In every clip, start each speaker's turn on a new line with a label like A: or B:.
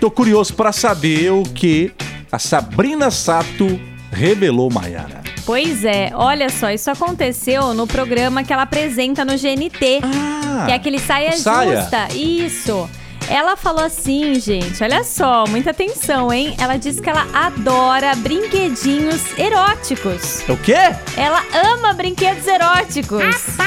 A: tô curioso pra saber o que a Sabrina Sato revelou, Mayara.
B: Pois é, olha só, isso aconteceu no programa que ela apresenta no GNT,
A: Ah,
B: que é aquele saia,
A: Saia.
B: justa. Isso. Ela falou assim, gente, olha só, muita atenção, hein? Ela disse que ela adora brinquedinhos eróticos.
A: É o quê?
B: Ela ama brinquedos eróticos.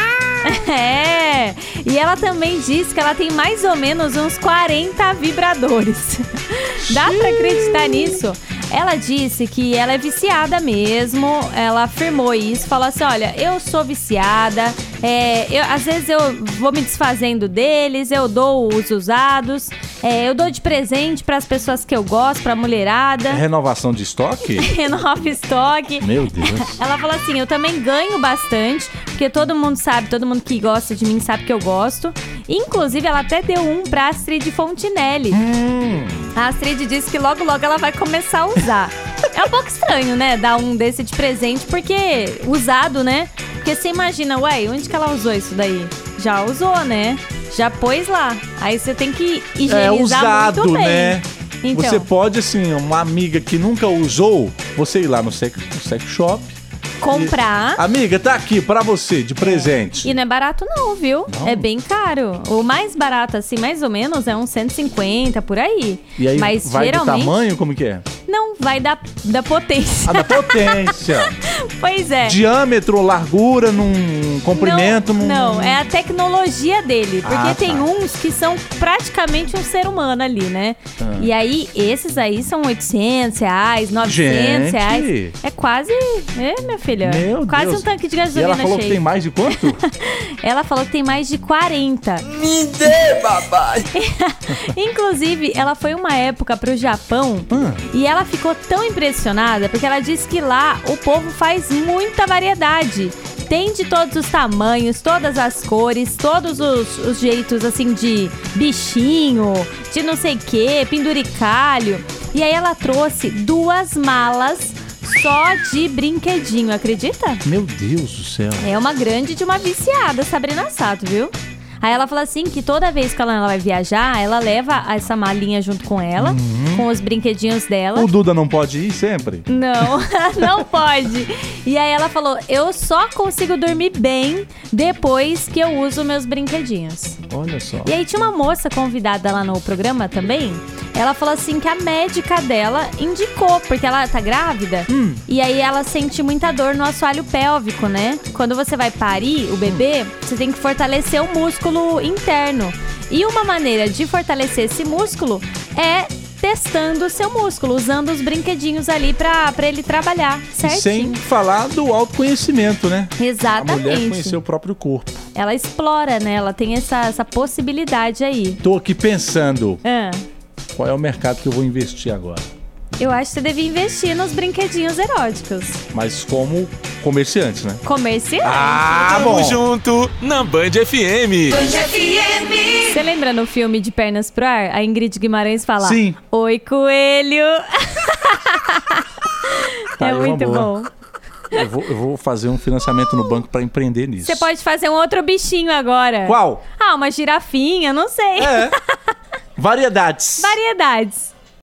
B: É, e ela também diz que ela tem mais ou menos uns 40 vibradores. Dá pra acreditar nisso? Ela disse que ela é viciada mesmo, ela afirmou isso, falou assim, olha, eu sou viciada, é, eu- às vezes eu vou me desfazendo deles, eu dou os usados, é, eu dou de presente pras pessoas que eu gosto, pra
A: É
B: mulherada,
A: Renovação de estoque?
B: renova estoque.
A: Meu Deus.
B: Ela falou assim: eu também ganho bastante, porque todo mundo sabe, todo mundo que gosta de mim sabe que eu gosto. Inclusive, ela até deu um pra Astrid Fontinelli.
A: Hum,
B: A Astrid disse que logo, logo ela vai começar a usar. é um pouco estranho, né? Dar um desse de presente, porque usado, né? Porque você imagina, uai, onde que ela usou isso daí? Já usou, né? Já pôs lá. Aí você tem que higienizar
A: é usado,
B: muito bem.
A: né?
B: Então,
A: Você pode, assim, uma amiga que nunca usou, você ir lá no sex, no sex shop.
B: comprar.
A: Amiga, tá aqui pra você, de presente.
B: Ah. E não é barato não, viu?
A: Não?
B: É bem caro. O mais barato, assim, mais ou menos, é uns 150, por aí.
A: E, aí
B: Mas
A: vai do
B: geralmente
A: tamanho, como que é?
B: não vai da, da potência.
A: Ah, da potência.
B: pois é.
A: Diâmetro, largura, num comprimento.
B: não,
A: num-
B: não, é a tecnologia dele. Porque
A: Ah, tá.
B: tem uns que são praticamente um ser humano ali, né?
A: Ah.
B: E aí, esses aí são 800 reais, 900
A: Gente.
B: reais. É quase... É, minha filha.
A: Meu
B: quase
A: Deus.
B: um tanque de
A: E
B: gasolina
A: ela falou que
B: cheio.
A: tem mais de quanto?
B: Ela falou que tem mais de 40.
C: Me dê, papai!
B: Inclusive, ela foi uma época pro Japão
A: Ah.
B: e ela ficou tão impressionada porque ela disse que lá o povo faz muita variedade. Tem de todos os tamanhos, todas as cores, todos os, os jeitos assim de bichinho, de não sei o que, penduricalho. E aí ela trouxe duas malas só de brinquedinho, acredita?
A: Meu Deus do céu.
B: É uma grande de uma viciada, Sabrina Sato, viu? Aí ela fala assim que toda vez que ela ela vai viajar, ela leva essa malinha junto com ela, com os brinquedinhos dela.
A: O Duda não pode ir sempre?
B: Não, não pode. E aí ela falou: eu só consigo dormir bem depois que eu uso meus brinquedinhos.
A: Olha só.
B: E aí tinha uma moça convidada lá no programa também. Ela falou assim que a médica dela indicou, porque ela tá grávida.
A: Hum.
B: E aí ela sente muita dor no assoalho pélvico, né? Quando você vai parir o bebê,
A: Hum.
B: você tem que fortalecer o músculo interno. E uma maneira de fortalecer esse músculo é testando o seu músculo, usando os brinquedinhos ali pra, pra ele trabalhar,
A: E
B: é certinho.
A: sem falar do autoconhecimento, né? A
B: Exatamente.
A: mulher conhecer o próprio corpo.
B: Ela explora, né? Ela tem essa, essa possibilidade aí.
A: Tô aqui pensando,
B: Ah.
A: qual é o mercado que eu vou investir agora?
B: Eu acho que você devia investir nos brinquedinhos eróticos.
A: Mas como comerciante, né?
B: Comerciante.
A: Ah,
C: Tamo junto na Band FM.
B: Você lembra no filme de Pernas pro Ar? A Ingrid Guimarães fala:
A: Sim.
B: Oi, coelho.
A: Tá
B: é
A: aí é uma
B: muito
A: boa.
B: bom.
A: Eu vou, eu vou fazer um financiamento no banco pra empreender nisso.
B: Você pode fazer um outro bichinho agora.
A: Qual?
B: Ah, uma girafinha, não sei.
A: É. Variedades.
B: Variedades.